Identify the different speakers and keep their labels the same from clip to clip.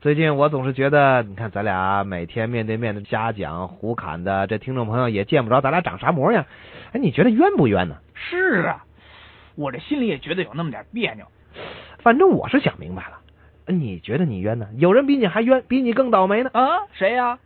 Speaker 1: 最近我总是觉得，你看咱俩每天面对面的瞎讲胡侃的，这听众朋友也见不着咱俩长啥模样。哎，你觉得冤不冤呢？
Speaker 2: 是啊，我这心里也觉得有那么点别扭。
Speaker 1: 反正我是想明白了。哎你觉得你冤呢？有人比你还冤，比你更倒霉呢。
Speaker 2: 啊，谁呀、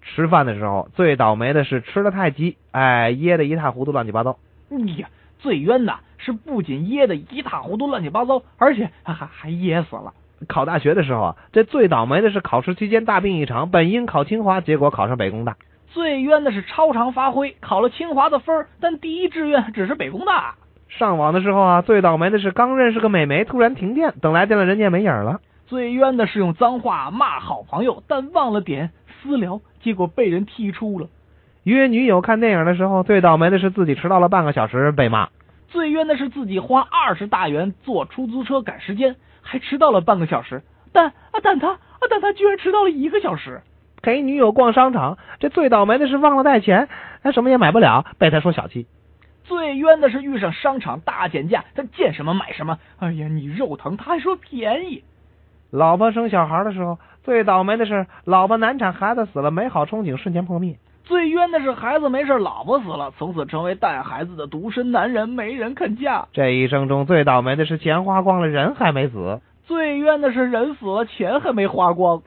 Speaker 1: 吃饭的时候最倒霉的是吃的太急，哎，噎得一塌糊涂，乱七八糟。
Speaker 2: 你哎呀，最冤的是不仅噎得一塌糊涂、乱七八糟，而且还还还噎死了。
Speaker 1: 考大学的时候啊，这最倒霉的是考试期间大病一场，本应考清华，结果考上北工大。
Speaker 2: 最冤的是超常发挥，考了清华的分儿，但第一志愿只是北工大。
Speaker 1: 上网的时候啊，最倒霉的是刚认识个美眉，突然停电，等来电了人家也没影儿了。
Speaker 2: 最冤的是用脏话骂好朋友，但忘了点私聊，结果被人踢出了。
Speaker 1: 约女友看电影的时候，最倒霉的是自己迟到了半个小时被骂。
Speaker 2: 最冤的是自己花二十大元坐出租车赶时间，还迟到了半个小时，但啊但他啊但他居然迟到了一个小时。
Speaker 1: 陪女友逛商场，这最倒霉的是忘了带钱，哎，什么也买不了，被他说小气。
Speaker 2: 最冤的是遇上商场大减价，他见什么买什么。哎呀，你肉疼，他还说便宜。
Speaker 1: 老婆生小孩的时候，最倒霉的是老婆难产，孩子死了，美好憧憬瞬间破灭。
Speaker 2: 最冤的是孩子没事，老婆死了，从此成为带孩子的独身男人，没人肯嫁。
Speaker 1: 这一生中最倒霉的是钱花光了，人还没死。
Speaker 2: 最冤的是人死了，钱还没花光。